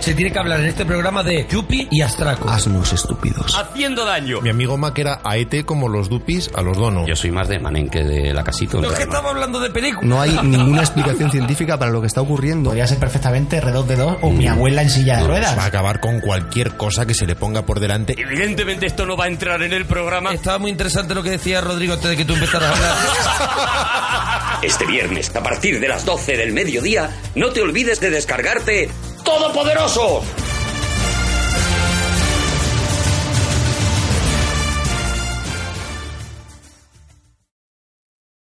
se tiene que hablar en este programa de Yupi y Astraco. Asnos estúpidos. Haciendo daño. Mi amigo Mac era aete como los dupis a los donos. Yo soy más de Manenque de la casita. No, es que estaba hablando de película. No hay ninguna explicación científica para lo que está ocurriendo. Podría ser perfectamente R2 de 2 o mi abuela en silla de Va a ruedas. acabar con cualquier cosa que se le ponga por delante. Evidentemente esto no va a entrar en el programa. Estaba muy interesante lo que decía Rodrigo antes de que tú empezaras a hablar. Este viernes, a partir de las 12 del mediodía, no te olvides de descargarte Todopoderoso,